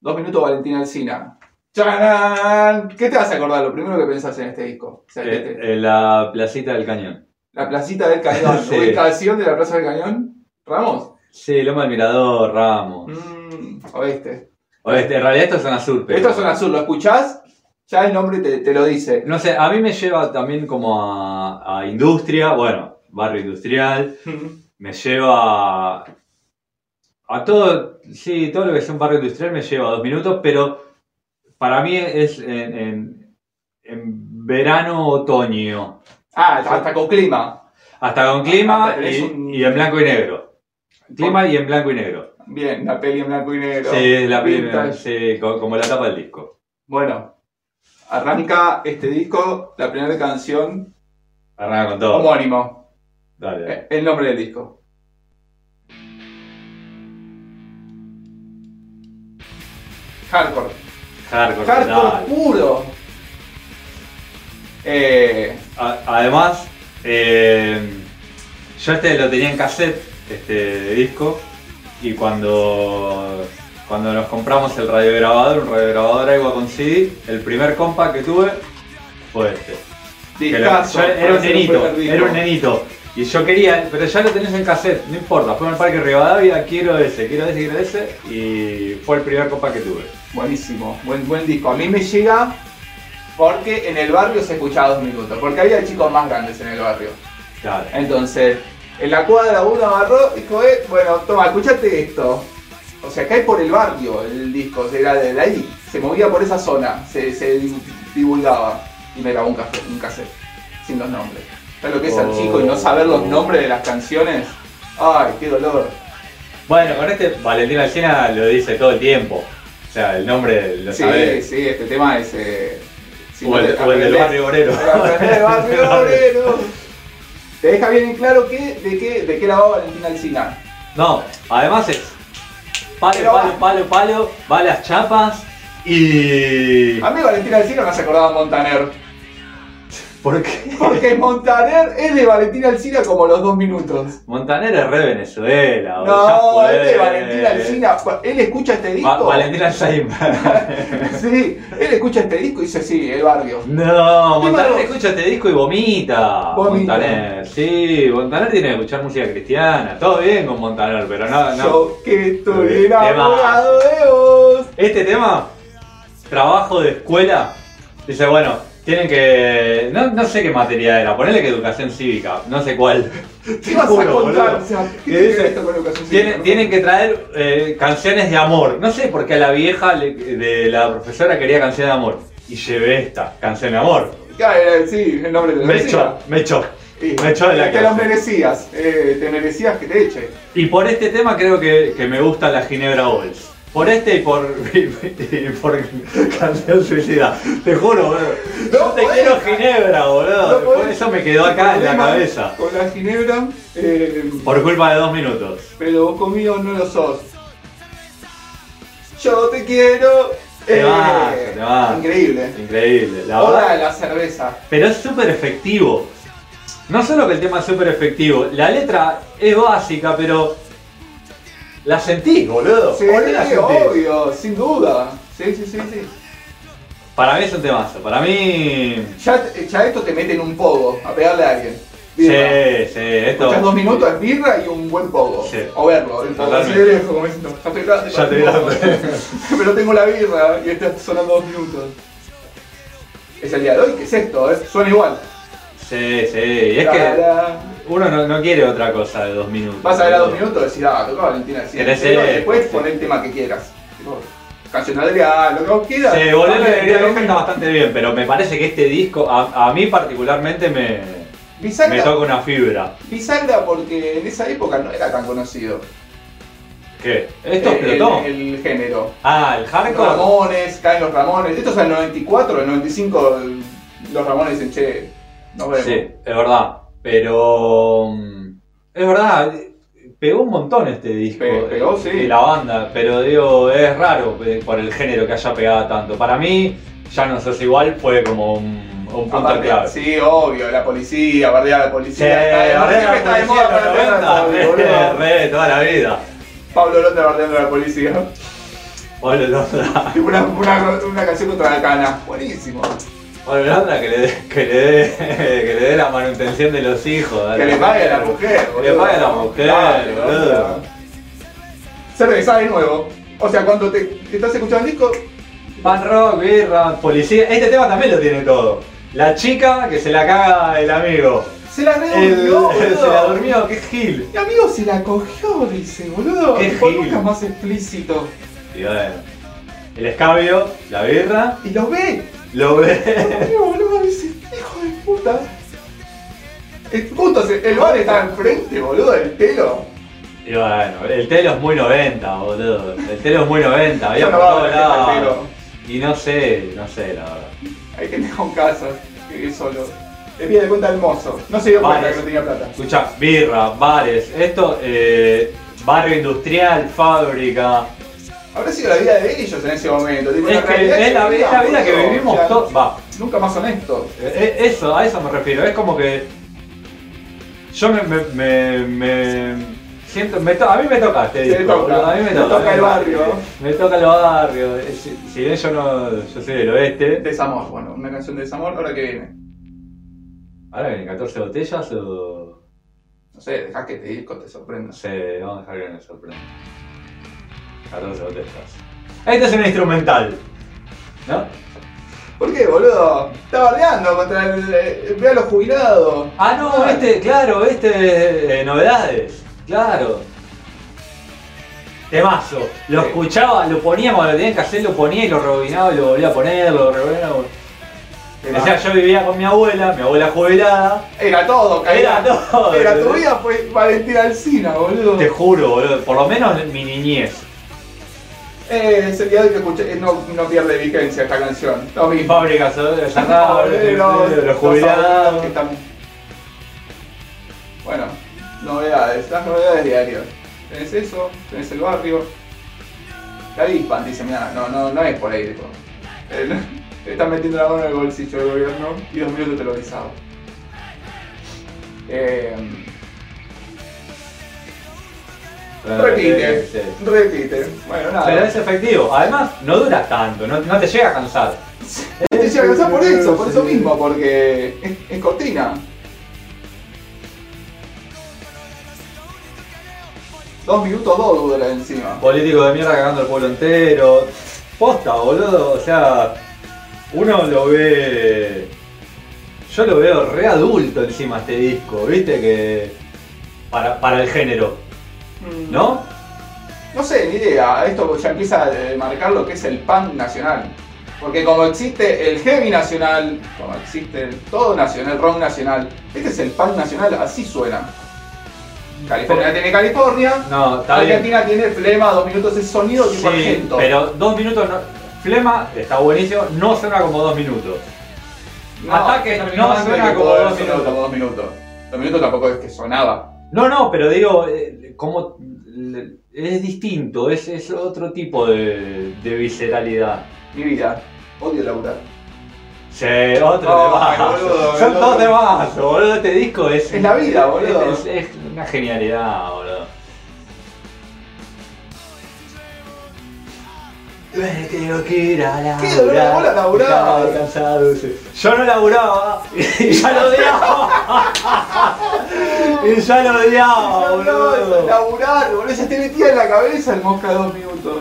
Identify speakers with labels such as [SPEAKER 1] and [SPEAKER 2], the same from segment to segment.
[SPEAKER 1] Dos minutos Valentín Alcina. ¡Charán! ¿Qué te vas a acordar? Lo primero que pensás en este disco. O sea, que
[SPEAKER 2] Eh,
[SPEAKER 1] te-
[SPEAKER 2] eh, la placita del cañón.
[SPEAKER 1] La placita del cañón.
[SPEAKER 2] Sí.
[SPEAKER 1] Ubicación de la plaza del cañón. Ramos.
[SPEAKER 2] Sí, Loma del Mirador, Ramos.
[SPEAKER 1] Mm, oeste.
[SPEAKER 2] Oeste, en realidad esto es zona sur, pero.
[SPEAKER 1] Esto es zona sur, lo escuchás, ya el nombre te, te lo dice.
[SPEAKER 2] No sé, a mí me lleva también como a, a industria, bueno, barrio industrial, me lleva a, a todo, sí, todo lo que sea un barrio industrial me lleva dos minutos, pero para mí es en, en- en verano, otoño,
[SPEAKER 1] Ah, hasta con clima.
[SPEAKER 2] hasta con clima
[SPEAKER 1] Hasta tenés
[SPEAKER 2] y,
[SPEAKER 1] un-
[SPEAKER 2] y en blanco y negro. Clima y en blanco y negro.
[SPEAKER 1] Bien, la peli en blanco y negro.
[SPEAKER 2] Sí, la primera,
[SPEAKER 1] Vintage.
[SPEAKER 2] sí, co- como la tapa del disco.
[SPEAKER 1] Bueno, arranca este disco, la primera canción
[SPEAKER 2] Arranca con todo.
[SPEAKER 1] homónimo.
[SPEAKER 2] Dale, dale.
[SPEAKER 1] eh, El nombre del disco. Hardcore.
[SPEAKER 2] Hardcore,
[SPEAKER 1] Hardcore
[SPEAKER 2] dale.
[SPEAKER 1] puro. Eh,
[SPEAKER 2] A- Además, eh, yo este lo tenía en cassette, este disco, y cuando, cuando nos compramos el radiograbador, un radiograbador Aiwa con CD, el primer compa que tuve fue este. Que lo-
[SPEAKER 1] discazo,
[SPEAKER 2] yo era un
[SPEAKER 1] parece que fue
[SPEAKER 2] nenito,
[SPEAKER 1] el disco.
[SPEAKER 2] era un nenito. Y yo quería, pero ya lo tenés en cassette, no importa, fue al Parque Rivadavia, quiero ese, quiero ese, quiero ese, y fue el primer compa que tuve.
[SPEAKER 1] Buenísimo, buen, buen disco. A mí me llega porque en el barrio se escuchaba dos minutos, porque había chicos más grandes en el barrio.
[SPEAKER 2] Claro.
[SPEAKER 1] Entonces, en la cuadra uno agarró y dijo, eh, bueno, toma, escuchate esto. O sea, cae por el barrio el disco, o sea, era de ahí, se movía por esa zona, se, se divu- divulgaba y me grabó un, café, un cassette, sin los nombres. ¿Sabes lo que es ser
[SPEAKER 2] Oh.
[SPEAKER 1] chico y no saber los nombres de las canciones? Ay, qué dolor.
[SPEAKER 2] Bueno, con este Valentín Alcina lo dice todo el tiempo. O sea, el nombre lo
[SPEAKER 1] sí,
[SPEAKER 2] sabés.
[SPEAKER 1] sí, este tema es... eh, si
[SPEAKER 2] o,
[SPEAKER 1] no
[SPEAKER 2] el,
[SPEAKER 1] te
[SPEAKER 2] o el del
[SPEAKER 1] aprendés-
[SPEAKER 2] barrio obrero.
[SPEAKER 1] Aprender barrio obrero. Te deja bien en claro que, de qué de qué la va Valentina Alcina.
[SPEAKER 2] No, además es palo,
[SPEAKER 1] Pero
[SPEAKER 2] palo,
[SPEAKER 1] va.
[SPEAKER 2] palo, palo, va a las chapas y...
[SPEAKER 1] A mí Valentina Alcina me hace acordar a Montaner.
[SPEAKER 2] ¿Por qué?
[SPEAKER 1] Porque Montaner es de Valentina Alcina como los dos minutos.
[SPEAKER 2] Montaner es re Venezuela. o ya
[SPEAKER 1] No, este
[SPEAKER 2] fue.
[SPEAKER 1] es de Valentina Alcina. Él escucha este
[SPEAKER 2] Va-
[SPEAKER 1] disco.
[SPEAKER 2] Valentín Alzheimer.
[SPEAKER 1] Sí, él escucha este disco y dice, sí, el barrio.
[SPEAKER 2] no,
[SPEAKER 1] vos.
[SPEAKER 2] Montaner escucha este disco y vomita.
[SPEAKER 1] Vomita.
[SPEAKER 2] Montaner, sí, Montaner tiene que escuchar música cristiana. Todo bien con Montaner, pero no, no.
[SPEAKER 1] Yo que
[SPEAKER 2] Tema.
[SPEAKER 1] estoy enamorado de vos.
[SPEAKER 2] Este tema, trabajo de escuela, dice, bueno, tienen que... No, no sé qué materia era, ponele que educación cívica, no sé cuál.
[SPEAKER 1] ¿Qué vas a
[SPEAKER 2] Juro,
[SPEAKER 1] contar? O
[SPEAKER 2] boludo.
[SPEAKER 1] sea, ¿Qué
[SPEAKER 2] ¿Qué
[SPEAKER 1] tiene que
[SPEAKER 2] dice?
[SPEAKER 1] ver esto con educación
[SPEAKER 2] Tiene-
[SPEAKER 1] cívica?
[SPEAKER 2] tienen que traer eh, canciones de amor. No sé por qué a la vieja le- de la profesora quería canción de amor. Y llevé esta, canción de amor.
[SPEAKER 1] Claro, sí, el nombre de la
[SPEAKER 2] Me
[SPEAKER 1] música.
[SPEAKER 2] echó, me echó.
[SPEAKER 1] Sí,
[SPEAKER 2] Me echó de la
[SPEAKER 1] Te lo
[SPEAKER 2] clase.
[SPEAKER 1] merecías, eh, te merecías que te eche.
[SPEAKER 2] Y por este tema creo que, que me gusta la Ginebra Bowls. Por este y por, y por Canción Suicida. Te juro, boludo.
[SPEAKER 1] No
[SPEAKER 2] Yo te
[SPEAKER 1] podés,
[SPEAKER 2] quiero
[SPEAKER 1] ca-
[SPEAKER 2] Ginebra, boludo.
[SPEAKER 1] no podés.
[SPEAKER 2] por eso me quedó acá en la cabeza.
[SPEAKER 1] Con la ginebra, eh,
[SPEAKER 2] Por culpa de dos minutos.
[SPEAKER 1] pero vos conmigo no lo sos. Yo te quiero. eh,
[SPEAKER 2] Te vas, te vas.
[SPEAKER 1] Increíble.
[SPEAKER 2] Increíble, la
[SPEAKER 1] Hora
[SPEAKER 2] verdad.
[SPEAKER 1] de la cerveza.
[SPEAKER 2] Pero es súper efectivo. No solo que el tema es súper efectivo, la letra es básica, pero. La sentís, boludo.
[SPEAKER 1] Sí,
[SPEAKER 2] ¿Por qué la sentís?
[SPEAKER 1] obvio, sin duda. Sí, sí, sí, sí.
[SPEAKER 2] Para mí es un temazo. Para mí.
[SPEAKER 1] Ya, ya esto te mete en un pogo, a pegarle a alguien.
[SPEAKER 2] Sí, sí,
[SPEAKER 1] Birra.
[SPEAKER 2] esto.
[SPEAKER 1] Escuchás dos minutos es birra y un buen pogo.
[SPEAKER 2] Sí.
[SPEAKER 1] O verlo, el pogo.
[SPEAKER 2] Totalmente.
[SPEAKER 1] Así de lejos, como diciendo, "Ya estoy grande,
[SPEAKER 2] Ya te
[SPEAKER 1] para el
[SPEAKER 2] dirán.
[SPEAKER 1] pogo". Pero tengo la birra y está sonando dos minutos. Es el día de hoy, ¿qué es esto? eh? Suena igual.
[SPEAKER 2] Sí, sí. Y es que
[SPEAKER 1] Tará.
[SPEAKER 2] uno no, no quiere otra cosa de dos minutos.
[SPEAKER 1] Vas a ver a dos minutos y decís, ah, toca Valentina así.
[SPEAKER 2] Tenés
[SPEAKER 1] Pero
[SPEAKER 2] el-
[SPEAKER 1] después pon el tema que quieras. Tipo, Canción de Adrián, lo que vos quieras.
[SPEAKER 2] Sí, boludo,
[SPEAKER 1] Dale,
[SPEAKER 2] el
[SPEAKER 1] dale.
[SPEAKER 2] disco está bastante bien, pero me parece que este disco, a, a mí particularmente, me, me
[SPEAKER 1] Bisagra,
[SPEAKER 2] toca una fibra.
[SPEAKER 1] bisagra porque en esa época no era tan conocido.
[SPEAKER 2] ¿Qué? ¿Esto
[SPEAKER 1] Eh,
[SPEAKER 2] explotó?
[SPEAKER 1] El, el género.
[SPEAKER 2] ah, el hardcore.
[SPEAKER 1] Ramones, caen los Ramones. Esto es el 94, el 95 el- los Ramones dicen, che, nos vemos.
[SPEAKER 2] Sí, es verdad. Pero. mm, Es verdad, pegó un montón este disco.
[SPEAKER 1] Pe- pegó,
[SPEAKER 2] eh,
[SPEAKER 1] sí.
[SPEAKER 2] de La banda, pero digo, es raro eh, por el género que haya pegado tanto. Para mí, ya no sos igual, fue como un, un punto
[SPEAKER 1] Aparte,
[SPEAKER 2] clave.
[SPEAKER 1] sí, obvio, la policía, bardear a la
[SPEAKER 2] Sí,
[SPEAKER 1] policía. está de-
[SPEAKER 2] bardear
[SPEAKER 1] siempre
[SPEAKER 2] a
[SPEAKER 1] está
[SPEAKER 2] la
[SPEAKER 1] de moda
[SPEAKER 2] policía
[SPEAKER 1] bardear
[SPEAKER 2] en los
[SPEAKER 1] a la
[SPEAKER 2] 90,
[SPEAKER 1] policía, boludo.
[SPEAKER 2] re, re, toda la vida.
[SPEAKER 1] Pablo Londra bardeando a la policía.
[SPEAKER 2] Pablo Londra.
[SPEAKER 1] Una, una, una canción contra la cana. Buenísimo.
[SPEAKER 2] Pablo Londra que le dé que le dé- que le dé la manutención de los hijos. dale.
[SPEAKER 1] Que le pague a la mujer,
[SPEAKER 2] Que le
[SPEAKER 1] boludo.
[SPEAKER 2] pague a la mujer,
[SPEAKER 1] Claro,
[SPEAKER 2] boludo.
[SPEAKER 1] boludo. Cerveza de nuevo. O sea, cuando te, te estás escuchando el disco,
[SPEAKER 2] Pan rock, birra, policía. Este tema también lo tiene todo. La chica que se la caga el amigo.
[SPEAKER 1] se la
[SPEAKER 2] El-
[SPEAKER 1] redurmió, boludo.
[SPEAKER 2] se la durmió, qué gil.
[SPEAKER 1] Mi amigo se la cogió, dice, boludo.
[SPEAKER 2] Qué
[SPEAKER 1] Fue
[SPEAKER 2] gil.
[SPEAKER 1] nunca más explícito.
[SPEAKER 2] Y bueno. El escabio, la birra,
[SPEAKER 1] Y lo ve.
[SPEAKER 2] lo ve.
[SPEAKER 1] Mi amigo, boludo, dice, hijo de puta. Eh, Justo, se- el bar está enfrente, boludo, el pelo.
[SPEAKER 2] Y bueno, el telo es muy 90, boludo. El telo es muy 90, había
[SPEAKER 1] Yo no
[SPEAKER 2] por
[SPEAKER 1] va a
[SPEAKER 2] todos
[SPEAKER 1] ver el
[SPEAKER 2] lados.
[SPEAKER 1] pelo.
[SPEAKER 2] Y no sé, no sé la verdad.
[SPEAKER 1] Hay gente con casa, que vive solo. Le pide de cuenta al mozo. No se dio cuenta
[SPEAKER 2] Vale.
[SPEAKER 1] que no tenía plata.
[SPEAKER 2] Escucha, birra, bares, esto, eh, barrio industrial, fábrica.
[SPEAKER 1] Habrá sido la vida de ellos en ese momento. tipo,
[SPEAKER 2] Es
[SPEAKER 1] una realidad
[SPEAKER 2] que es la, es la vida que
[SPEAKER 1] boludo, o sea,
[SPEAKER 2] vivimos todos. Va,
[SPEAKER 1] Nunca más honesto.
[SPEAKER 2] Eh, eh, Eso, a eso me refiero. Es como que. Yo me. me, me- me siento. me to- a mí me toca este
[SPEAKER 1] Te
[SPEAKER 2] disco,
[SPEAKER 1] toca.
[SPEAKER 2] boludo, A mí me
[SPEAKER 1] Te
[SPEAKER 2] toca.
[SPEAKER 1] toca el
[SPEAKER 2] me-
[SPEAKER 1] barrio.
[SPEAKER 2] Me toca el barrio. Eh, Si, si bien yo no. Yo soy del oeste.
[SPEAKER 1] Desamor, bueno, una canción de desamor, ahora que viene.
[SPEAKER 2] Ahora vienen 14 botellas o.
[SPEAKER 1] No sé, dejá que te disco te sorprenda.
[SPEAKER 2] No sé, vamos a dejar que nos sorprenda. 14 botellas. Este es un instrumental. ¿No?
[SPEAKER 1] ¿Por qué, boludo? Está bardeando contra el. eh, Ve a los jubilados.
[SPEAKER 2] Ah, no,
[SPEAKER 1] Ah.
[SPEAKER 2] este, claro, este, eh, novedades, claro. Temazo, lo
[SPEAKER 1] Sí.
[SPEAKER 2] escuchaba, lo ponía cuando lo tenía que hacer, lo ponía y lo rebobinaba y lo volvía a poner, lo rebobinaba. O sea, yo vivía con mi abuela, mi abuela jubilada,
[SPEAKER 1] Era todo,
[SPEAKER 2] era
[SPEAKER 1] caída.
[SPEAKER 2] todo.
[SPEAKER 1] Era tu vida, fue Valentina Alcina, boludo.
[SPEAKER 2] Te juro, boludo, por lo menos mi niñez.
[SPEAKER 1] Eh, es el día de hoy que escuché. eh, No, no pierde vigencia esta canción. Lo
[SPEAKER 2] Mi
[SPEAKER 1] mismo.
[SPEAKER 2] fábrica de
[SPEAKER 1] Obreros,
[SPEAKER 2] los jubilados.
[SPEAKER 1] adultos que están- Bueno, novedades, las novedades diarias. Tenés eso, tenés el barrio. La dispan, dice, mira, no, no, no es por ahí tipo. El- Te están metiendo la mano en el bolsillo del gobierno y dos minutos te lo avisaba. Eh, repite,
[SPEAKER 2] Sí.
[SPEAKER 1] repite. Bueno, nada.
[SPEAKER 2] Pero es efectivo, además no dura tanto, no, no te llega a cansar.
[SPEAKER 1] Te llega a cansar Este por eso, por eso mismo, porque es, es cortina. Dos minutos dos dura encima.
[SPEAKER 2] político de mierda cagando el pueblo entero. Posta, boludo. O sea, uno lo ve. Yo lo veo re adulto encima este disco, viste que. Para, para el género, ¿no?
[SPEAKER 1] No sé, ni idea. Esto ya empieza a marcar lo que es el pan nacional. Porque como existe el heavy nacional, como existe el todo nacional, el rock nacional, este es el pan nacional, así suena. California tiene California,
[SPEAKER 2] No, está bien.
[SPEAKER 1] Argentina tiene flema, dos minutos es sonido tipo
[SPEAKER 2] Sí,
[SPEAKER 1] argento.
[SPEAKER 2] pero dos minutos no. Flema está buenísimo, no suena como dos minutos. Ataque,
[SPEAKER 1] es
[SPEAKER 2] no,
[SPEAKER 1] antes
[SPEAKER 2] suena
[SPEAKER 1] que
[SPEAKER 2] como
[SPEAKER 1] todo
[SPEAKER 2] dos
[SPEAKER 1] eso,
[SPEAKER 2] minutos.
[SPEAKER 1] como dos minutos. Dos minutos tampoco es que sonaba.
[SPEAKER 2] No, no, pero digo, eh, como. eh, Es distinto, es, es otro tipo de, de visceralidad.
[SPEAKER 1] Mi vida. Odio laburar.
[SPEAKER 2] Sí, otro
[SPEAKER 1] Oh,
[SPEAKER 2] temazo.
[SPEAKER 1] boludo,
[SPEAKER 2] Son
[SPEAKER 1] boludo.
[SPEAKER 2] dos temazos, boludo. Este disco es.
[SPEAKER 1] Es la vida, boludo.
[SPEAKER 2] Es, es una genialidad, boludo. Me Tengo que ir a laburar.
[SPEAKER 1] Qué dolor de bola laburar.
[SPEAKER 2] Estaba cansado, sí. Yo no laburaba y ya lo odiaba. y ya lo odiaba,
[SPEAKER 1] No, no,
[SPEAKER 2] Ah, boludo.
[SPEAKER 1] laburar, boludo. Ya te metía en la cabeza el mosca dos minutos.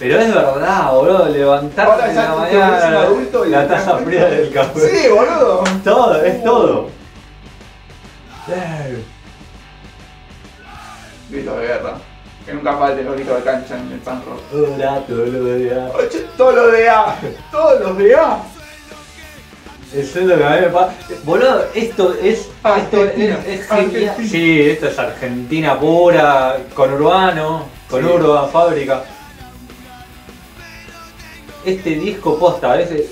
[SPEAKER 2] Pero es verdad, boludo. Levantarte
[SPEAKER 1] Ahora
[SPEAKER 2] en
[SPEAKER 1] ya
[SPEAKER 2] la
[SPEAKER 1] te volvés un
[SPEAKER 2] mañana.
[SPEAKER 1] adulto y-
[SPEAKER 2] La taza fría del café.
[SPEAKER 1] Sí, Uh. boludo.
[SPEAKER 2] Todo, es todo.
[SPEAKER 1] Grito de guerra. Que nunca falte los gritos de cancha en el pan rock.
[SPEAKER 2] Hola, todo lo de-
[SPEAKER 1] Oye, todos los de A. Todos los de A.
[SPEAKER 2] Eso es lo que a mí me pasa. Boludo, esto es. Esto es,
[SPEAKER 1] Argentina,
[SPEAKER 2] es
[SPEAKER 1] Argentina.
[SPEAKER 2] genial. Sí, esto es Argentina pura, con urbano, con
[SPEAKER 1] Sí.
[SPEAKER 2] urba, fábrica. Este disco posta, ese.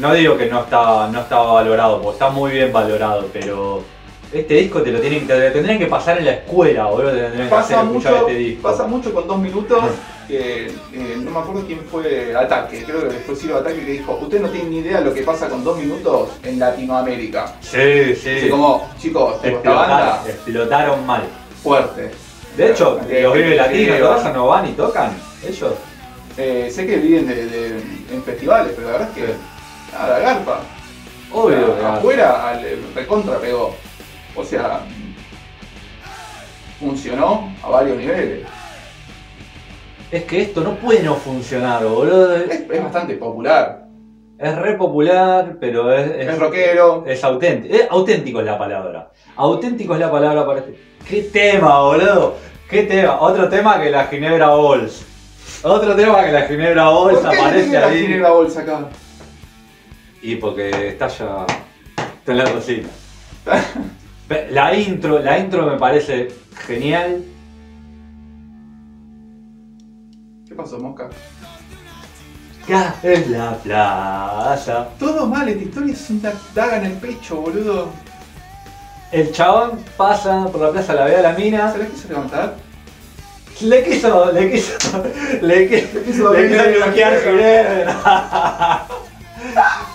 [SPEAKER 2] No digo que no está, no está valorado, porque está muy bien valorado, pero. Este disco te lo tienen, te lo tendrían que pasar en la escuela, boludo. Te tendrían que hacer
[SPEAKER 1] Pasa
[SPEAKER 2] escuchar
[SPEAKER 1] mucho,
[SPEAKER 2] este disco.
[SPEAKER 1] pasa mucho con dos minutos que eh, no me acuerdo quién fue Ataque, creo que fue Ciro Ataque que dijo, ustedes no tienen ni idea lo que pasa con dos minutos en Latinoamérica.
[SPEAKER 2] Sí, sí.
[SPEAKER 1] Así como, chicos, tipo, esta banda
[SPEAKER 2] Explotaron, explotaron mal.
[SPEAKER 1] fuerte.
[SPEAKER 2] De hecho,
[SPEAKER 1] Eh,
[SPEAKER 2] los vive
[SPEAKER 1] sí,
[SPEAKER 2] latinos,
[SPEAKER 1] sí,
[SPEAKER 2] todos
[SPEAKER 1] bueno.
[SPEAKER 2] esos no van y tocan. ellos.
[SPEAKER 1] Eh, sé que viven de, de- en festivales, pero la verdad es que.
[SPEAKER 2] Sí.
[SPEAKER 1] Nada, garpa.
[SPEAKER 2] Obvio,
[SPEAKER 1] Ah,
[SPEAKER 2] digamos.
[SPEAKER 1] afuera al recontra pegó. O sea. Funcionó a varios niveles.
[SPEAKER 2] es que esto no puede no funcionar, boludo.
[SPEAKER 1] Es, es bastante popular.
[SPEAKER 2] Es re popular, pero es.
[SPEAKER 1] Es, rockero.
[SPEAKER 2] Es auténtico. Es auténtico es la palabra. Auténtico es la palabra para este. ¡Qué tema, boludo! ¡Qué tema! Otro tema que la Ginebra Balls. Otro tema que la Ginebra Balls
[SPEAKER 1] ¿Por qué le
[SPEAKER 2] aparece
[SPEAKER 1] tiene la
[SPEAKER 2] ahí.
[SPEAKER 1] ginebra bolsa acá?
[SPEAKER 2] Y porque está ya. Está en la cocina. Ve, La intro, la intro me parece genial.
[SPEAKER 1] ¿Qué pasó, Mosca?
[SPEAKER 2] Acá es la plaza.
[SPEAKER 1] Todo mal, esta historia es una daga en el pecho, boludo.
[SPEAKER 2] El chabón pasa por la plaza, la ve a la mina.
[SPEAKER 1] ¿Sabés qué se levantar?
[SPEAKER 2] Le quiso, le quiso, le quiso, le quiso,
[SPEAKER 1] Le quiso
[SPEAKER 2] nuquear Ginebra.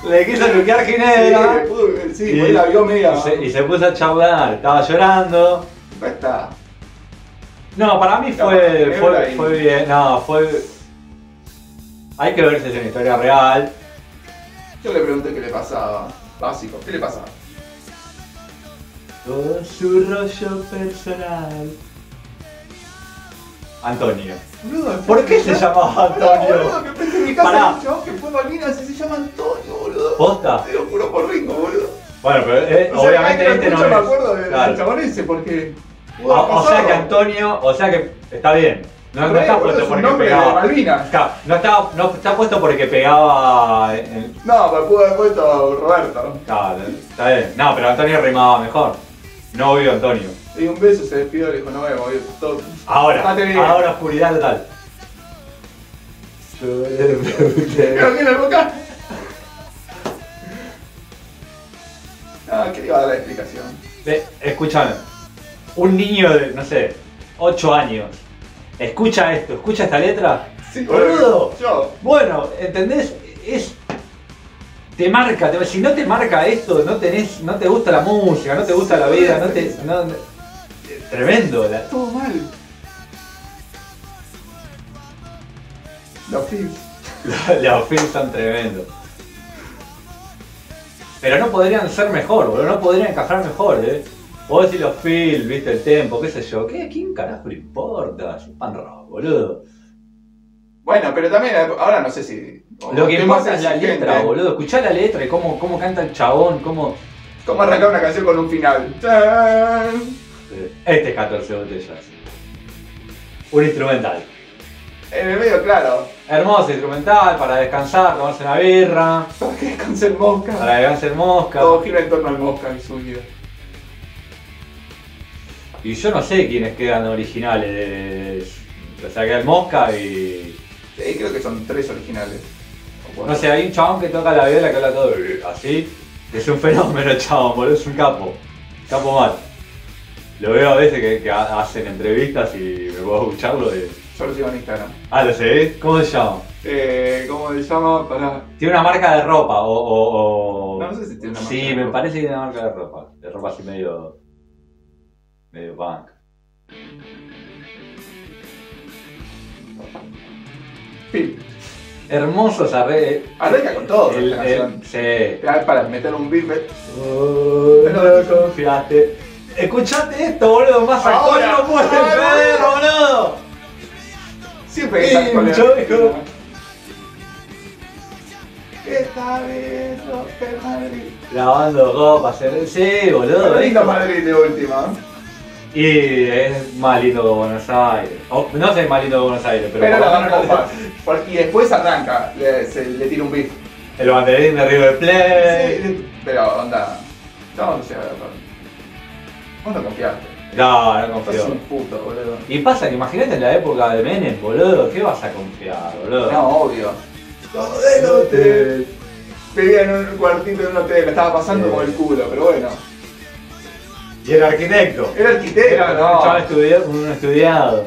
[SPEAKER 2] le quiso nuquear Ginebra.
[SPEAKER 1] Sí, sí, pues la vio media.
[SPEAKER 2] Y se, y se puso a charlar, estaba llorando.
[SPEAKER 1] Ahí está.
[SPEAKER 2] No, para mí
[SPEAKER 1] Capaz,
[SPEAKER 2] fue,
[SPEAKER 1] Ginebra
[SPEAKER 2] fue,
[SPEAKER 1] y-
[SPEAKER 2] fue bien, no, fue... Hay que ver si es una historia real.
[SPEAKER 1] Yo le pregunté qué le pasaba. Básico, ¿qué le pasaba?
[SPEAKER 2] Todo su rollo personal. Antonio.
[SPEAKER 1] Boludo,
[SPEAKER 2] ¿Por qué se llamaba
[SPEAKER 1] Boludo,
[SPEAKER 2] Antonio?
[SPEAKER 1] que pensé en mi
[SPEAKER 2] Pará.
[SPEAKER 1] casa que el chabón que fue Malvinas y se llama Antonio, boludo.
[SPEAKER 2] ¿Posta?
[SPEAKER 1] Te lo juro por Ringo, boludo.
[SPEAKER 2] Bueno, pero eh,
[SPEAKER 1] O sea,
[SPEAKER 2] obviamente
[SPEAKER 1] cada vez que
[SPEAKER 2] este
[SPEAKER 1] lo escucho
[SPEAKER 2] no es.
[SPEAKER 1] me acuerdo del
[SPEAKER 2] Claro.
[SPEAKER 1] chabón ese porque...
[SPEAKER 2] O, o sea que Antonio, o sea que está bien. No, no está puesto
[SPEAKER 1] por
[SPEAKER 2] porque
[SPEAKER 1] nombre de
[SPEAKER 2] pegaba.
[SPEAKER 1] Malvinas.
[SPEAKER 2] Claro, No está, no está puesto porque pegaba. en-
[SPEAKER 1] No, me pudo haber puesto Roberto.
[SPEAKER 2] claro, está bien. No, pero Antonio rimaba mejor. Novio Antonio.
[SPEAKER 1] Le di un beso, se despidió, le dijo, no vemos, boludo. Todo-
[SPEAKER 2] Ahora,
[SPEAKER 1] Mate bien.
[SPEAKER 2] ahora oscuridad total. Yo le pregunté.
[SPEAKER 1] Creo que la boca. Ah, que le iba a dar la explicación.
[SPEAKER 2] Ve, Escúchame. Un niño de, no sé, 8 años. Escucha esto, escucha esta letra.
[SPEAKER 1] Sí,
[SPEAKER 2] Boludo.
[SPEAKER 1] Yo.
[SPEAKER 2] Bueno, ¿entendés? Es. Te marca, te- si no te marca esto, no tenés, no te gusta la música, no te gusta la vida, no te. no- no- tremendo. la-
[SPEAKER 1] Todo mal. Los pips.
[SPEAKER 2] La ofensa tan tremendo. Pero no podrían ser mejor, boludo, no podrían encajar mejor, eh. Vos decís los Phil, viste el tempo, qué sé yo, ¿qué? ¿Quién carajo le importa? Es un pan rock, boludo.
[SPEAKER 1] Bueno, pero también ahora no sé si. o
[SPEAKER 2] Lo que
[SPEAKER 1] estoy más
[SPEAKER 2] importa es la
[SPEAKER 1] exigente.
[SPEAKER 2] letra, boludo. Escuchá la letra y cómo, cómo canta el chabón, cómo.
[SPEAKER 1] ¿Cómo arrancar una canción con un final? ¡Tan!
[SPEAKER 2] Este es 14 botellas. Un instrumental.
[SPEAKER 1] En el medio, claro.
[SPEAKER 2] Hermoso instrumental para descansar, tomarse una birra,
[SPEAKER 1] ¿Para qué descansa el mosca?
[SPEAKER 2] para descansar el mosca.
[SPEAKER 1] Todo gira en torno al mosca y su vida.
[SPEAKER 2] Y yo no sé quiénes quedan originales. O sea, queda el Mosca y.
[SPEAKER 1] Sí, Eh, creo que son tres originales. O cuatro.
[SPEAKER 2] No sé, hay un chabón que toca la viola que habla todo así. Es un fenómeno, el chabón, boludo, es un capo. Capo mal. Lo veo a veces que, que ha- hacen entrevistas y me puedo escucharlo y.
[SPEAKER 1] Yo lo sigo en Instagram.
[SPEAKER 2] Ah, lo sé, ¿cómo se llama?
[SPEAKER 1] Eh, ¿Cómo se llama? Para.
[SPEAKER 2] Tiene una marca de ropa o. o- o-
[SPEAKER 1] No, no sé si tiene una marca
[SPEAKER 2] Sí,
[SPEAKER 1] de
[SPEAKER 2] me
[SPEAKER 1] ropa.
[SPEAKER 2] parece que tiene una marca de ropa. De ropa así medio. medio punk.
[SPEAKER 1] Pip.
[SPEAKER 2] Hermoso esa red.
[SPEAKER 1] Arranca con todo
[SPEAKER 2] El-
[SPEAKER 1] la
[SPEAKER 2] el-
[SPEAKER 1] canción.
[SPEAKER 2] sí.
[SPEAKER 1] Era Para meter un bife.
[SPEAKER 2] Oh, no confiaste. Escuchate esto, boludo, más
[SPEAKER 1] Ahora,
[SPEAKER 2] actual no puede
[SPEAKER 1] ahora,
[SPEAKER 2] ser, boludo.
[SPEAKER 1] Siempre que sale con el-
[SPEAKER 2] Pincho, hijo.
[SPEAKER 1] Esta vez rompe Madrid.
[SPEAKER 2] Lavando copas, eh, sí, boludo.
[SPEAKER 1] Lindo
[SPEAKER 2] ¿viste?
[SPEAKER 1] Madrid de última.
[SPEAKER 2] Y es más lindo que Buenos Aires. O, no sé, más lindo que Buenos Aires, pero,
[SPEAKER 1] Pero la
[SPEAKER 2] por lo
[SPEAKER 1] van
[SPEAKER 2] menos-
[SPEAKER 1] copas. Por- Y después arranca. Le, se- le tira un bife.
[SPEAKER 2] el banderín de River Plate.
[SPEAKER 1] Eh, Sí, pero onda. No, no sé, a ver, Vos no confiaste.
[SPEAKER 2] No, no
[SPEAKER 1] Sos
[SPEAKER 2] confío.
[SPEAKER 1] un puto, boludo.
[SPEAKER 2] Y pasa que imagínate en la época de Menem, boludo, ¿qué vas a confiar, boludo?
[SPEAKER 1] No, obvio. Todo el hotel. Vivía en un cuartito de un hotel, la estaba pasando
[SPEAKER 2] Sí.
[SPEAKER 1] como el culo, pero bueno.
[SPEAKER 2] Y el arquitecto.
[SPEAKER 1] Era arquitecto,
[SPEAKER 2] Era
[SPEAKER 1] no.
[SPEAKER 2] un chaval estudia- un estudiado.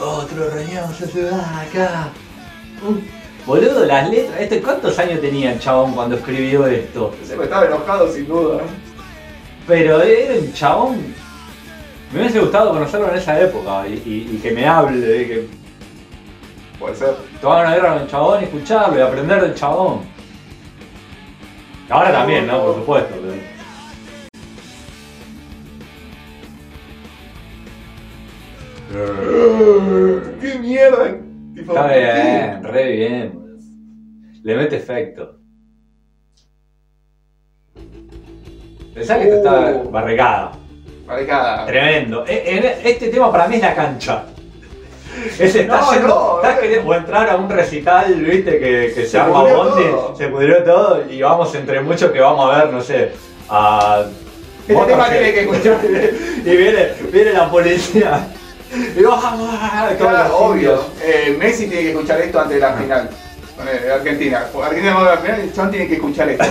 [SPEAKER 2] Otro reñón se ciudad acá. Un- Mm. Boludo, las letras. Este, ¿Cuántos años tenía el chabón cuando escribió esto?
[SPEAKER 1] pues Se me estaba enojado sin duda.
[SPEAKER 2] Pero era un chabón Me hubiese gustado conocerlo en esa época y, y- y que me hable, y que
[SPEAKER 1] Puede ser.
[SPEAKER 2] tomar una guerra con el chabón y escucharlo y aprender del chabón. Ahora también, ¿no? Por supuesto. pero-
[SPEAKER 1] ¡Qué mierda! eh. Tipo,
[SPEAKER 2] Está
[SPEAKER 1] sí.
[SPEAKER 2] bien, re bien. Le mete efecto. Pensá que esto está
[SPEAKER 1] Uh.
[SPEAKER 2] barricada.
[SPEAKER 1] Maricada.
[SPEAKER 2] Tremendo. E- en- Este tema para mí es la cancha. Ese está
[SPEAKER 1] No,
[SPEAKER 2] yendo-
[SPEAKER 1] no,
[SPEAKER 2] está
[SPEAKER 1] eh.
[SPEAKER 2] queriendo- o entrar a un recital, viste, que, que se,
[SPEAKER 1] Se
[SPEAKER 2] arma
[SPEAKER 1] pudrió
[SPEAKER 2] Bondi,
[SPEAKER 1] todo.
[SPEAKER 2] se pudrió todo y vamos entre muchos que vamos a ver, no sé, a.
[SPEAKER 1] Este tema
[SPEAKER 2] Motorhead.
[SPEAKER 1] tiene que escuchar.
[SPEAKER 2] Y viene, viene la policía. Y vamos, todos los
[SPEAKER 1] Claro, obvio.
[SPEAKER 2] indios.
[SPEAKER 1] Eh, Messi tiene que escuchar esto antes de la final. Ponele, Argentina. Argentina va a la final y el chabón tiene que escuchar esto.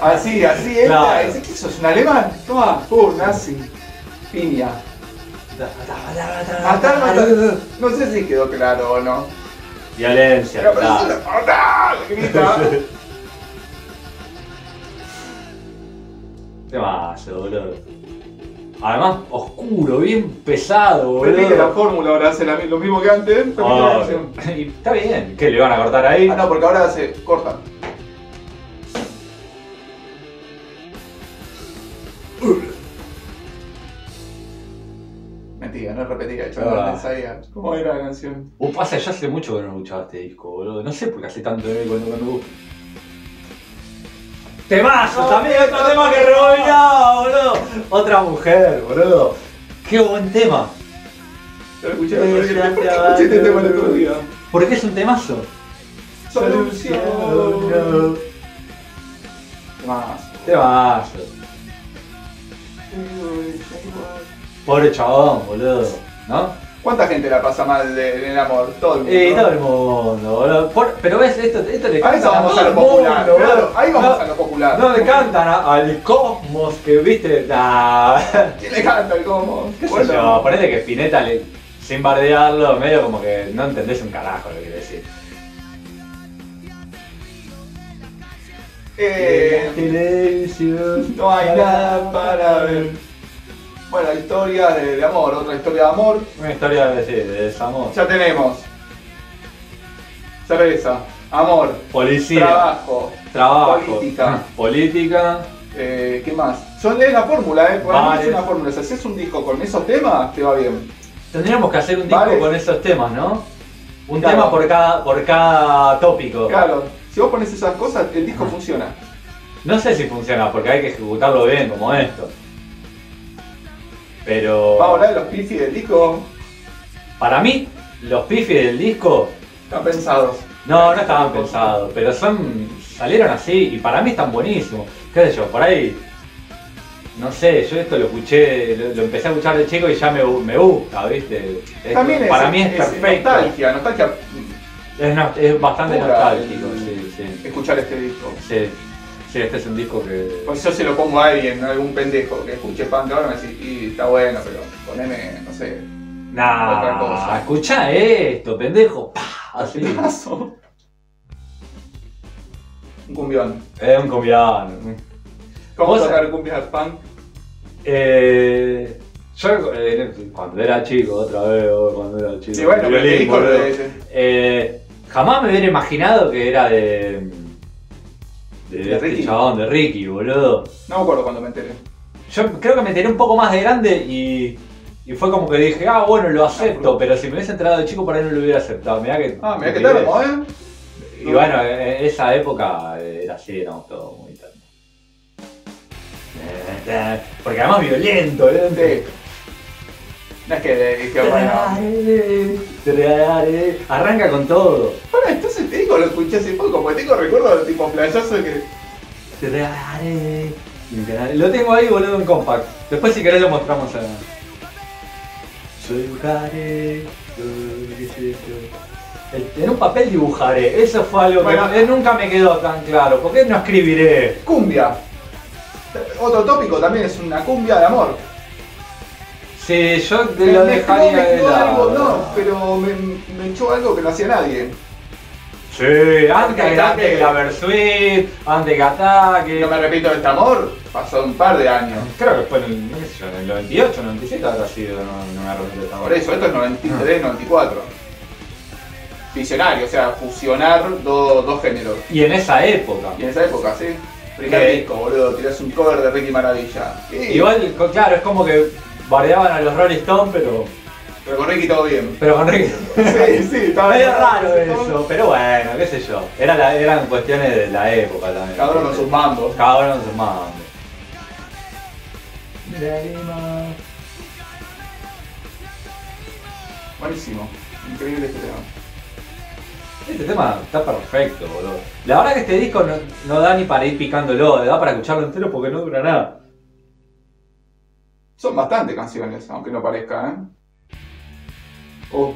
[SPEAKER 1] Así, así es.
[SPEAKER 2] Claro.
[SPEAKER 1] ¿Es que sos un alemán? Toma, uh, nazi. Piña. Matar, matar. No sé si quedó claro o no.
[SPEAKER 2] Violencia.
[SPEAKER 1] Pero
[SPEAKER 2] claro.
[SPEAKER 1] parece una- ¡Matar! Grita.
[SPEAKER 2] ¿Qué más, boludo? Además, oscuro, bien pesado,
[SPEAKER 1] Repite la
[SPEAKER 2] boludo.
[SPEAKER 1] fórmula, ahora hace la mi- lo mismo que antes. repite la
[SPEAKER 2] Ah,
[SPEAKER 1] canción.
[SPEAKER 2] y está bien, ¿qué le van a cortar ahí?
[SPEAKER 1] Ah, no, porque ahora se corta. Mentira, no repetía, yo
[SPEAKER 2] Ah.
[SPEAKER 1] no lo sabía. ¿Cómo era la canción?
[SPEAKER 2] Vos Uh, pasa, yo hace mucho que no escuchaba este disco, boludo. No sé por qué hace tanto de cuando cuando gusta. Temazo, también otro tema que rebobinaba, boludo. Otra mujer, boludo. Qué buen tema.
[SPEAKER 1] Yo lo escuché,
[SPEAKER 2] Eh,
[SPEAKER 1] pero dije,
[SPEAKER 2] ya
[SPEAKER 1] ¿por
[SPEAKER 2] te
[SPEAKER 1] qué
[SPEAKER 2] va,
[SPEAKER 1] escuché este
[SPEAKER 2] no.
[SPEAKER 1] tema el otro día?
[SPEAKER 2] Porque es un temazo.
[SPEAKER 1] Solución. Más.
[SPEAKER 2] Temazo. Pobre chabón, boludo. ¿No?
[SPEAKER 1] ¿Cuánta gente la pasa mal de- en el amor? Todo el mundo.
[SPEAKER 2] Y Eh, todo el mundo, boludo. Por- pero ves, esto, esto le
[SPEAKER 1] A eso
[SPEAKER 2] cantan
[SPEAKER 1] vamos a lo
[SPEAKER 2] todo el
[SPEAKER 1] popular,
[SPEAKER 2] mundo,
[SPEAKER 1] claro.
[SPEAKER 2] boludo.
[SPEAKER 1] Ahí vamos
[SPEAKER 2] No-
[SPEAKER 1] a lo popular.
[SPEAKER 2] No le cantan a- al cosmos que viste. Nah.
[SPEAKER 1] ¿Quién le canta el cómo?
[SPEAKER 2] ¿Qué sé yo? Ponete que Spinetta, le- sin bardearlo, medio como que no entendés un carajo lo que quiere decir.
[SPEAKER 1] eh,
[SPEAKER 2] Televisión.
[SPEAKER 1] No hay nada para ver. Bueno, historia de, de amor, otra historia de amor.
[SPEAKER 2] Una historia de, sí, de desamor.
[SPEAKER 1] Ya tenemos. Cerveza, amor,
[SPEAKER 2] Policía.
[SPEAKER 1] trabajo,
[SPEAKER 2] trabajo.
[SPEAKER 1] política.
[SPEAKER 2] Política.
[SPEAKER 1] eh, ¿qué más? Son, es la fórmula, ¿eh? Para mí
[SPEAKER 2] Bares.
[SPEAKER 1] es una fórmula. Si haces un disco con esos temas, te va bien.
[SPEAKER 2] Tendríamos que hacer un disco
[SPEAKER 1] Vale.
[SPEAKER 2] con esos temas, ¿no? Un
[SPEAKER 1] Claro.
[SPEAKER 2] tema por cada, por cada tópico.
[SPEAKER 1] Claro, si vos pones esas cosas, el disco funciona.
[SPEAKER 2] No sé si funciona, porque hay que ejecutarlo bien, como esto. Pero.
[SPEAKER 1] Vamos a hablar de los pifis del disco.
[SPEAKER 2] Para mí, los pifes del disco
[SPEAKER 1] Están pensados.
[SPEAKER 2] No, no estaban pensados, pero son. salieron así y para mí están buenísimos. ¿Qué sé yo? Por ahí. No sé, yo esto lo escuché, lo, lo empecé a escuchar de chico y ya me, gu- me gusta, ¿viste? Esto
[SPEAKER 1] También es,
[SPEAKER 2] para mí es,
[SPEAKER 1] es
[SPEAKER 2] perfecto.
[SPEAKER 1] nostalgia, nostalgia
[SPEAKER 2] Es, no- es bastante
[SPEAKER 1] Pura.
[SPEAKER 2] nostálgico, sí, sí.
[SPEAKER 1] escuchar este disco.
[SPEAKER 2] Sí, sí, este es un disco que.
[SPEAKER 1] Pues yo se lo pongo a alguien, a algún pendejo que escuche punk ahora y me dice, y está bueno, pero poneme, no sé, otra
[SPEAKER 2] Nah,
[SPEAKER 1] cosa.
[SPEAKER 2] escuchá esto, pendejo. Pa, Así.
[SPEAKER 1] pedazo. Un cumbión.
[SPEAKER 2] Es un combiano.
[SPEAKER 1] ¿Cómo
[SPEAKER 2] ¿Vos-
[SPEAKER 1] tocar cumbias punk?
[SPEAKER 2] Eh, yo eh, cuando era chico, otra vez, oh, cuando era chico.
[SPEAKER 1] Sí, bueno, pero
[SPEAKER 2] violín,
[SPEAKER 1] el disco
[SPEAKER 2] boludo.
[SPEAKER 1] de ese.
[SPEAKER 2] Eh, jamás me hubiera imaginado que era de. De,
[SPEAKER 1] De
[SPEAKER 2] este
[SPEAKER 1] Ricky.
[SPEAKER 2] chabón, de Ricky, boludo.
[SPEAKER 1] No me acuerdo cuando me enteré.
[SPEAKER 2] Yo creo que me enteré un poco más de grande y. Y fue como que dije, ah, bueno, lo acepto, pero si me hubiese enterado de chico, por ahí no lo hubiera aceptado. Mirá que.
[SPEAKER 1] Ah, mirá que tarde, ¿no, ¿eh?
[SPEAKER 2] Y bueno, eh, esa época era así, éramos todos muy tiernos. Eh, Porque además violento, violento.
[SPEAKER 1] Sí. No es que dije, bueno.
[SPEAKER 2] Tragaré, tragaré. Arranca con todo.
[SPEAKER 1] Bueno, entonces este disco lo escuché hace poco, porque tengo recuerdo de tipo playazo que.
[SPEAKER 2] Tragaré, tragaré. Lo tengo ahí, boludo, en compact. Después, si querés, lo mostramos a. Dibujaré. En un papel dibujaré. Eso fue algo
[SPEAKER 1] Bueno.
[SPEAKER 2] que no- eh, nunca me quedó tan claro. ¿Por qué no escribiré?
[SPEAKER 1] Cumbia. Otro tópico también es una cumbia de amor.
[SPEAKER 2] Sí, yo te
[SPEAKER 1] Me
[SPEAKER 2] lo
[SPEAKER 1] mezcló,
[SPEAKER 2] dejaría de
[SPEAKER 1] mezcló
[SPEAKER 2] lado.
[SPEAKER 1] algo, no, pero me, me echó algo que no hacía nadie.
[SPEAKER 2] Sí, antes
[SPEAKER 1] Porque
[SPEAKER 2] que antes
[SPEAKER 1] ataque.
[SPEAKER 2] que la Versuit, antes que ataque.
[SPEAKER 1] No me repito este amor, pasó un par de años.
[SPEAKER 2] Creo que fue en el, no qué sé yo, en el 98, 97 habrá sido, no, no me arrepiento de
[SPEAKER 1] Por eso, esto es 93, 94. Visionario, o sea, fusionar do- dos géneros.
[SPEAKER 2] Y en esa época.
[SPEAKER 1] Y en esa época, sí. Primer
[SPEAKER 2] Eh.
[SPEAKER 1] disco, boludo, tirás un cover de Ricky Maravilla. Y,
[SPEAKER 2] Igual, co- claro, es como que bardeaban a los Rolling Stones, pero,
[SPEAKER 1] Pero con Ricky todo bien.
[SPEAKER 2] pero con Ricky.
[SPEAKER 1] sí, sí, estaba
[SPEAKER 2] Medio raro eso, pero bueno, qué sé yo. Era la- eran cuestiones de la época también.
[SPEAKER 1] Cada uno con sus mambos.
[SPEAKER 2] Cada uno con sus mambos.
[SPEAKER 1] Buenísimo. Increíble este tema.
[SPEAKER 2] Este tema está perfecto, boludo. La verdad que este disco no, no da ni para ir picándolo, da para escucharlo entero porque no dura nada.
[SPEAKER 1] Son bastantes canciones, aunque no parezca, ¿eh? Uh,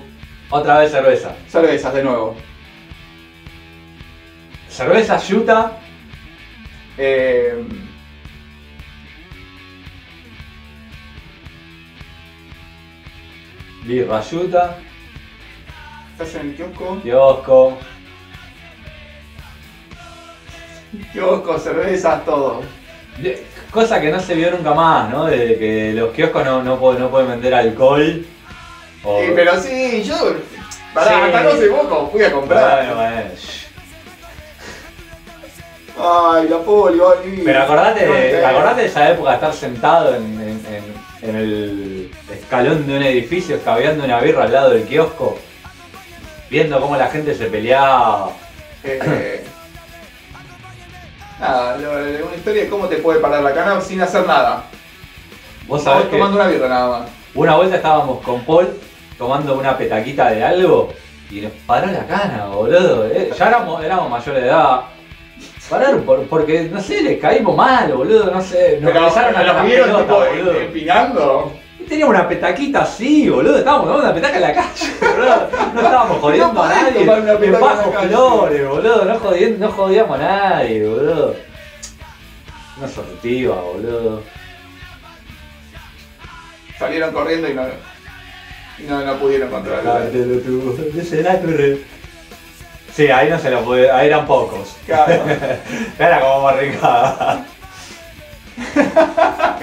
[SPEAKER 2] Otra vez cerveza.
[SPEAKER 1] cervezas de nuevo.
[SPEAKER 2] Cerveza yuta,
[SPEAKER 1] Eh,
[SPEAKER 2] birra yuta,
[SPEAKER 1] ¿Estás en el kiosco?
[SPEAKER 2] kiosco.
[SPEAKER 1] Kiosco, cervezas, todo.
[SPEAKER 2] De- Cosa que no se vio nunca más, ¿no? Desde que los kioscos no, no, po- no pueden vender alcohol. O-
[SPEAKER 1] Sí, pero sí, yo. Pará,
[SPEAKER 2] Sí.
[SPEAKER 1] hasta no hace poco fui a
[SPEAKER 2] Bueno,
[SPEAKER 1] comprar.
[SPEAKER 2] bueno, shh.
[SPEAKER 1] Ay, la poli, Oli.
[SPEAKER 2] Pero acordate
[SPEAKER 1] No
[SPEAKER 2] de,
[SPEAKER 1] sé.
[SPEAKER 2] acordate de esa época de estar sentado en, en- en- en el escalón de un edificio, escabeando una birra al lado del kiosco, viendo cómo la gente se peleaba.
[SPEAKER 1] Eh, nada, lo- lo- una historia de cómo te puede parar la cana sin hacer nada.
[SPEAKER 2] Vos sabés
[SPEAKER 1] Vos
[SPEAKER 2] que
[SPEAKER 1] tomando una birra nada más.
[SPEAKER 2] una vuelta estábamos con Paul tomando una petaquita de algo y nos paró la cana, boludo. eh. Ya éramos, éramos mayor de edad. Pararon por- porque, no sé, les caímos mal, boludo, no sé. Nos
[SPEAKER 1] Pero
[SPEAKER 2] empezaron a
[SPEAKER 1] los
[SPEAKER 2] las
[SPEAKER 1] vieron
[SPEAKER 2] pelotas,
[SPEAKER 1] tipo
[SPEAKER 2] boludo.
[SPEAKER 1] empinando.
[SPEAKER 2] Teníamos una petaquita así, boludo. Estábamos tomando una petaca en la calle, boludo. No estábamos jodiendo
[SPEAKER 1] No
[SPEAKER 2] a
[SPEAKER 1] podés
[SPEAKER 2] nadie.
[SPEAKER 1] tomar una
[SPEAKER 2] En
[SPEAKER 1] petaca en
[SPEAKER 2] Bajo
[SPEAKER 1] la calle.
[SPEAKER 2] Flores, boludo. No, jodien- no jodíamos a nadie, boludo. Una sortiva, boludo.
[SPEAKER 1] Salieron corriendo y no, y no, no pudieron controlar.
[SPEAKER 2] Sí, ahí no se lo pude. Ahí eran pocos.
[SPEAKER 1] Claro,
[SPEAKER 2] Era como barricada.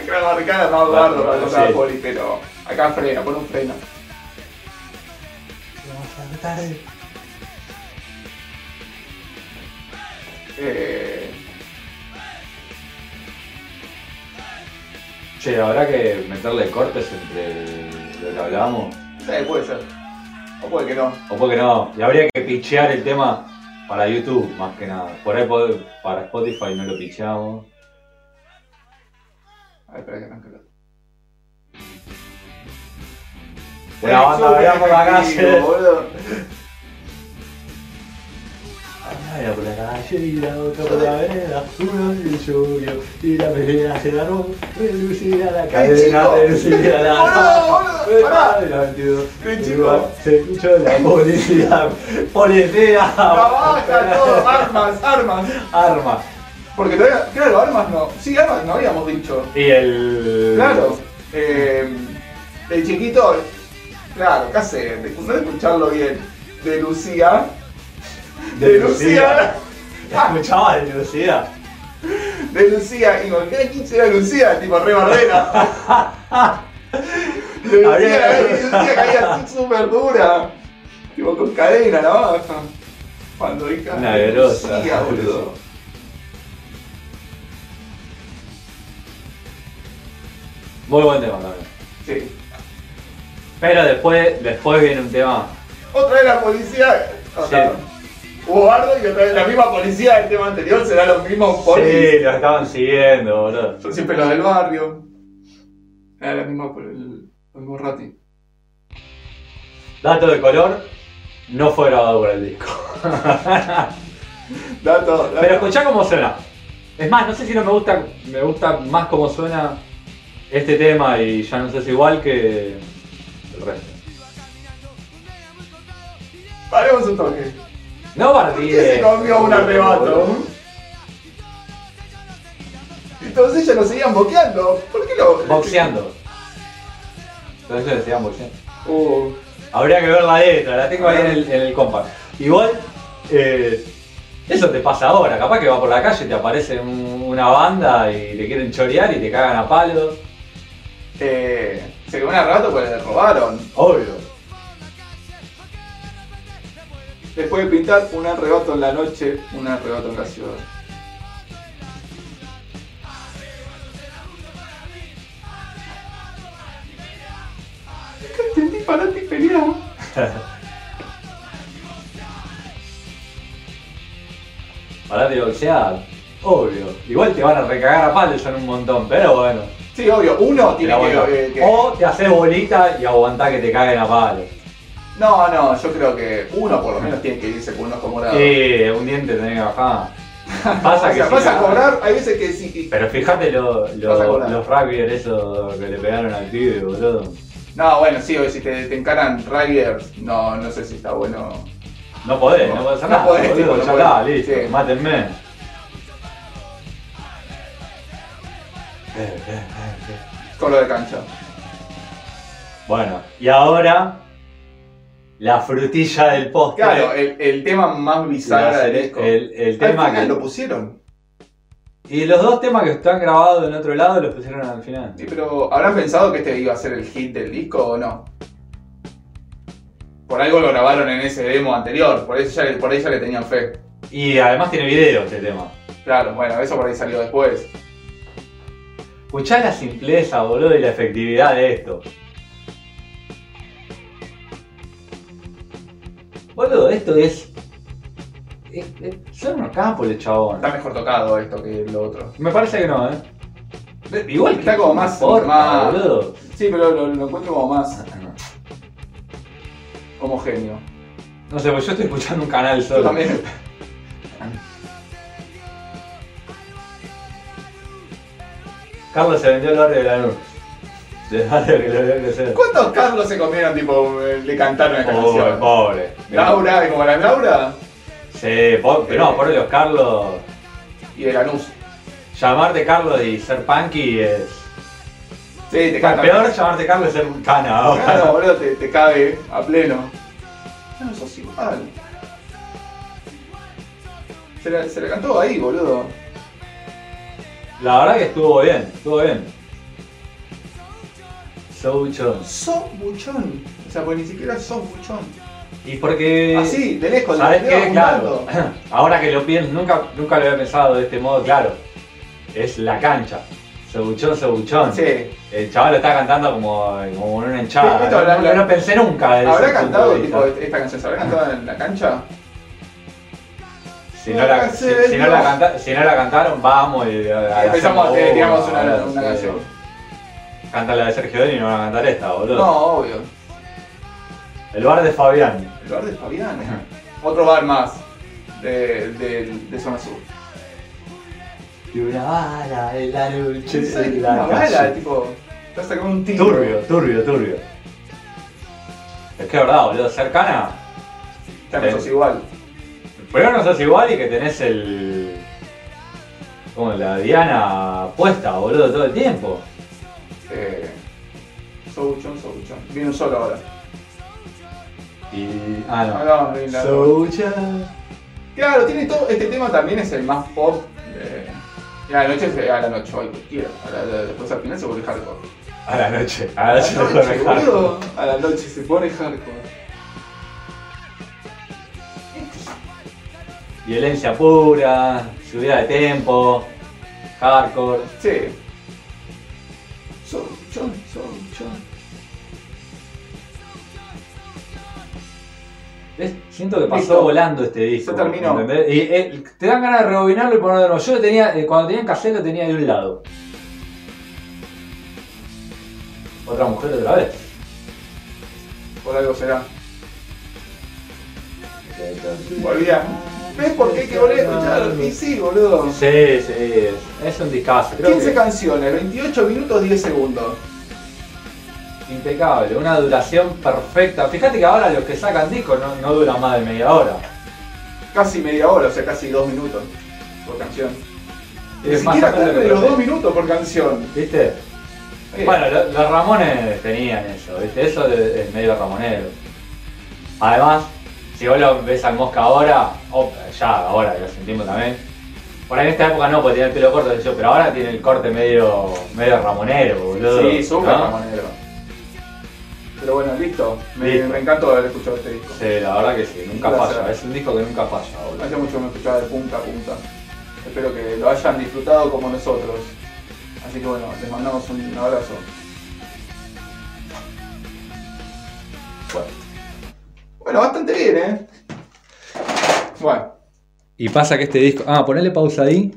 [SPEAKER 1] claro, barricada no Eduardo para contra la poli, pero acá frena, pon un freno. Eh,
[SPEAKER 2] Che, habrá que meterle cortes entre lo que hablábamos.
[SPEAKER 1] sí, puede ser. O puede que no.
[SPEAKER 2] O porque no, y habría que pichear el tema para YouTube, más que nada. Por ahí pod- para Spotify no lo picheamos.
[SPEAKER 1] A ver, espera que no, que no.
[SPEAKER 2] Una banda
[SPEAKER 1] Súper
[SPEAKER 2] bailando por la
[SPEAKER 1] efectivo,
[SPEAKER 2] calle.
[SPEAKER 1] boludo.
[SPEAKER 2] Era por la calle y la otra por la vereda, uno y el lluvio, y la pelea se ganó, relucida la cadena,
[SPEAKER 1] chico!
[SPEAKER 2] relucida la
[SPEAKER 1] Boludo, boludo, pará.
[SPEAKER 2] la 22.
[SPEAKER 1] ¡Qué
[SPEAKER 2] Igual
[SPEAKER 1] chico!
[SPEAKER 2] Se escuchó la policía, policía,
[SPEAKER 1] Trabaja, todo, armas, armas.
[SPEAKER 2] arma.
[SPEAKER 1] Porque todavía, claro, armas no. Sí, armas no habíamos dicho.
[SPEAKER 2] Y el...
[SPEAKER 1] Claro. Eh, el chiquito, claro, casi, no de escucharlo bien. De Lucía. De, Lucía.
[SPEAKER 2] Escuchaba de Lucía.
[SPEAKER 1] De Lucía. Y digo, ¿qué quién será Lucía? Tipo re barrera. De Lucía,
[SPEAKER 2] Habría-
[SPEAKER 1] y Lucía caía así súper dura. Tipo con cadena la baja. Cuando hija.
[SPEAKER 2] Una grosa.
[SPEAKER 1] Lucía, boludo.
[SPEAKER 2] Muy buen tema también.
[SPEAKER 1] Sí.
[SPEAKER 2] Pero después, después viene un tema.
[SPEAKER 1] Otra vez la policía. O
[SPEAKER 2] Sí.
[SPEAKER 1] sea, hubo bardo y otra vez la misma policía del tema anterior será los mismos polis.
[SPEAKER 2] Sí, lo estaban siguiendo, boludo.
[SPEAKER 1] Son siempre los del barrio. Era la misma por el, el mismo rati.
[SPEAKER 2] Dato de color, no fue grabado por el disco.
[SPEAKER 1] Dato, dato.
[SPEAKER 2] Pero escuchá cómo suena. Es más, no sé si no me gusta, me gusta más cómo suena este tema y ya no sé si igual que el resto.
[SPEAKER 1] Paremos un toque.
[SPEAKER 2] No eh,
[SPEAKER 1] ¿Por qué se
[SPEAKER 2] bardíes.
[SPEAKER 1] comió un arrebato? Entonces ellos lo seguían boqueando. ¿Por qué lo.?
[SPEAKER 2] Boxeando. Entonces decían boxeando.
[SPEAKER 1] Uh,
[SPEAKER 2] Habría que ver la letra, la tengo ahí en el, en el compact. Igual, Eh, eso te pasa ahora, capaz que va por la calle, te aparece un- una banda y te quieren chorear y te cagan a palos.
[SPEAKER 1] Eh, se quemó un rato porque le robaron.
[SPEAKER 2] Obvio.
[SPEAKER 1] Después de pintar, un arrebato en la noche, un arrebato en la ciudad. Nunca entendí para ti pelear.
[SPEAKER 2] Parate de boxear. Obvio. Igual te van a recagar a palos en un montón, pero bueno.
[SPEAKER 1] Sí, obvio, uno
[SPEAKER 2] te
[SPEAKER 1] tiene
[SPEAKER 2] la Oh. aguantás.
[SPEAKER 1] que, que- que-
[SPEAKER 2] O te haces bolita y aguantás que te caguen a palos.
[SPEAKER 1] No, no, yo creo que uno por lo menos tiene que irse con unos comorados.
[SPEAKER 2] Sí, un diente tenés que bajar. Pasa
[SPEAKER 1] o
[SPEAKER 2] que
[SPEAKER 1] sea,
[SPEAKER 2] sí,
[SPEAKER 1] vas a
[SPEAKER 2] la-
[SPEAKER 1] cobrar, hay veces que sí.
[SPEAKER 2] Pero fíjate lo- lo-
[SPEAKER 1] Vas a cobrar.
[SPEAKER 2] los rugbyers esos que le pegaron al pibe, boludo.
[SPEAKER 1] No, bueno, sí, obvio, si te, te encaran Riders, no, no sé si está bueno.
[SPEAKER 2] No podés,
[SPEAKER 1] No,
[SPEAKER 2] no, podés hacer
[SPEAKER 1] no
[SPEAKER 2] nada,
[SPEAKER 1] podés,
[SPEAKER 2] boludo,
[SPEAKER 1] tipo, no
[SPEAKER 2] ya está,
[SPEAKER 1] podés.
[SPEAKER 2] listo,
[SPEAKER 1] Sí.
[SPEAKER 2] mátenme. Eh, eh, eh, eh.
[SPEAKER 1] Con lo de cancha.
[SPEAKER 2] Bueno, y ahora la frutilla del postre.
[SPEAKER 1] Claro, el, el tema más
[SPEAKER 2] La
[SPEAKER 1] bisagra
[SPEAKER 2] cere-
[SPEAKER 1] del disco.
[SPEAKER 2] el, el
[SPEAKER 1] Al
[SPEAKER 2] tema
[SPEAKER 1] final
[SPEAKER 2] que-
[SPEAKER 1] lo pusieron.
[SPEAKER 2] Y los dos temas que están grabados en otro lado los pusieron al final.
[SPEAKER 1] Sí, pero ¿habrán pensado que este iba a ser el hit del disco o no? Por algo lo grabaron en ese demo anterior, por, eso ya, por ahí ya le tenían fe.
[SPEAKER 2] Y además tiene video este tema.
[SPEAKER 1] Claro, bueno, eso por ahí salió después.
[SPEAKER 2] Escuchá la simpleza, boludo, y la efectividad de esto. Boludo, esto es. es- es- son unos capos, los chabón.
[SPEAKER 1] Está mejor tocado esto que lo otro.
[SPEAKER 2] Me parece que no, eh. Igual que
[SPEAKER 1] Está como más-
[SPEAKER 2] importa,
[SPEAKER 1] más-
[SPEAKER 2] boludo.
[SPEAKER 1] Sí, pero lo, lo encuentro como más homogéneo.
[SPEAKER 2] No sé, pues yo estoy escuchando un canal
[SPEAKER 1] Yo
[SPEAKER 2] solo.
[SPEAKER 1] también.
[SPEAKER 2] Carlos se vendió el barrio de la luz. Del barrio que lo vio crecer.
[SPEAKER 1] ¿Cuántos Carlos se comieron, tipo, eh, le cantaron esta
[SPEAKER 2] Pobre,
[SPEAKER 1] canción?
[SPEAKER 2] pobre.
[SPEAKER 1] Laura, ¿y como la Laura?
[SPEAKER 2] Sí, po- pero no, por los Carlos.
[SPEAKER 1] Y de Lanús.
[SPEAKER 2] Llamarte Carlos y ser punky es.
[SPEAKER 1] Sí, te cantan.
[SPEAKER 2] Peor llamarte Carlos y ser un cana ahora.
[SPEAKER 1] Claro, boludo, te, te cabe a pleno. Ya no sos igual. Se la, se la cantó ahí, boludo.
[SPEAKER 2] La verdad que estuvo bien, estuvo bien. Soul Jones.
[SPEAKER 1] Sos buchón. O sea, pues ni siquiera sos buchón.
[SPEAKER 2] Y porque.
[SPEAKER 1] Así, de lejos, de
[SPEAKER 2] ¿Sabes
[SPEAKER 1] te vas
[SPEAKER 2] qué? Claro.
[SPEAKER 1] juntando.
[SPEAKER 2] Ahora que lo pienso, nunca, nunca lo había pensado de este modo, claro. Es la cancha. Sobuchón, sobuchón.
[SPEAKER 1] Sí.
[SPEAKER 2] El chaval lo está cantando como, como en una
[SPEAKER 1] Sí,
[SPEAKER 2] hinchada.
[SPEAKER 1] esto
[SPEAKER 2] No,
[SPEAKER 1] habrá-
[SPEAKER 2] no lo pensé nunca. desde
[SPEAKER 1] ¿Habrá
[SPEAKER 2] ese punto
[SPEAKER 1] cantado
[SPEAKER 2] de
[SPEAKER 1] tipo,
[SPEAKER 2] vista.
[SPEAKER 1] esta canción? ¿Se habrá cantado en la cancha?
[SPEAKER 2] Si no, la,
[SPEAKER 1] Se
[SPEAKER 2] si, si no la
[SPEAKER 1] vendió.
[SPEAKER 2] canta- si no la cantaron, vamos. Y, a- a-
[SPEAKER 1] Empezamos,
[SPEAKER 2] hacemos
[SPEAKER 1] eh, tiramos
[SPEAKER 2] una,
[SPEAKER 1] una,
[SPEAKER 2] sí.
[SPEAKER 1] una canción.
[SPEAKER 2] Canta la de Sergio Deni y no van a cantar esta, boludo.
[SPEAKER 1] No, obvio.
[SPEAKER 2] El bar de Fabián.
[SPEAKER 1] El bar de Fabián. eh. Otro bar más de, de, de Zona Sur.
[SPEAKER 2] Y una bala en la noche.
[SPEAKER 1] Esa es
[SPEAKER 2] de
[SPEAKER 1] una
[SPEAKER 2] la
[SPEAKER 1] bala,
[SPEAKER 2] calle.
[SPEAKER 1] tipo. Estás sacando un tiro.
[SPEAKER 2] Turbio, turbio, turbio. Es que es verdad, boludo. Cercana.
[SPEAKER 1] Ya no sos igual.
[SPEAKER 2] Pero no sos igual y que tenés el. Como la Diana puesta, boludo, todo el tiempo.
[SPEAKER 1] Eh, Sobuchón, Sobuchón. Viene un solo ahora.
[SPEAKER 2] Y. Ah, no.
[SPEAKER 1] Ah, no, viene la-
[SPEAKER 2] Soucha.
[SPEAKER 1] Claro, tiene todo. Este tema también es el más pop. eh, y a la noche se- a la noche, hoy cualquiera. A la- la- después al final se vuelve hardcore.
[SPEAKER 2] A la noche. A la noche
[SPEAKER 1] A
[SPEAKER 2] lo
[SPEAKER 1] la noche,
[SPEAKER 2] dejaron.
[SPEAKER 1] boludo. A la noche se pone hardcore.
[SPEAKER 2] Violencia pura, subida de tempo, hardcore.
[SPEAKER 1] Sí. Sobuchón, Sobuchón.
[SPEAKER 2] Es- Siento que pasó
[SPEAKER 1] Listo.
[SPEAKER 2] volando este disco.
[SPEAKER 1] Se terminó.
[SPEAKER 2] ¿entendés? Y, eh, te dan ganas de rebobinarlo y ponerlo de nuevo. Yo lo tenía, eh, cuando tenía en cassette lo tenía de un lado. Otra mujer otra vez.
[SPEAKER 1] Por algo será. Volvía. ¿Ves por qué hay que volver a escuchar? Y sí, boludo.
[SPEAKER 2] Sí, sí, es, es un discazo. Creo
[SPEAKER 1] 15
[SPEAKER 2] que
[SPEAKER 1] canciones, 28 minutos, 10 segundos.
[SPEAKER 2] impecable, una duración perfecta. Fíjate que ahora los que sacan discos no, no duran más de media hora.
[SPEAKER 1] Casi media hora, o sea, casi 2 minutos por canción. Ni
[SPEAKER 2] Es más
[SPEAKER 1] siquiera
[SPEAKER 2] o menos lo
[SPEAKER 1] tarde
[SPEAKER 2] que
[SPEAKER 1] los
[SPEAKER 2] pensé.
[SPEAKER 1] dos minutos por canción.
[SPEAKER 2] ¿Viste?
[SPEAKER 1] Eh,
[SPEAKER 2] Bueno, lo- los Ramones tenían eso, ¿viste? Eso de- es medio ramonero. Además, Si vos lo ves al mosca ahora, o ya ahora, ya hace un tiempo también. Por ahí en esta época no, porque tiene el pelo corto, qué sé yo, pero ahora tiene el corte medio, medio ramonero, boludo.
[SPEAKER 1] Sí, súper
[SPEAKER 2] ¿no?
[SPEAKER 1] ramonero. Pero bueno, listo. Me,
[SPEAKER 2] Listo.
[SPEAKER 1] me encantó haber escuchado este disco.
[SPEAKER 2] Sí, la verdad que sí, nunca
[SPEAKER 1] Un placer.
[SPEAKER 2] falla. Es un disco que nunca falla, boludo.
[SPEAKER 1] Hace mucho que no escuchaba de punta a punta. Espero que lo hayan disfrutado como nosotros. Así que bueno, les mandamos un abrazo. Bueno, Bueno, bastante bien, ¿eh? Bueno,
[SPEAKER 2] Y pasa que este disco. Ah, ponele pausa ahí.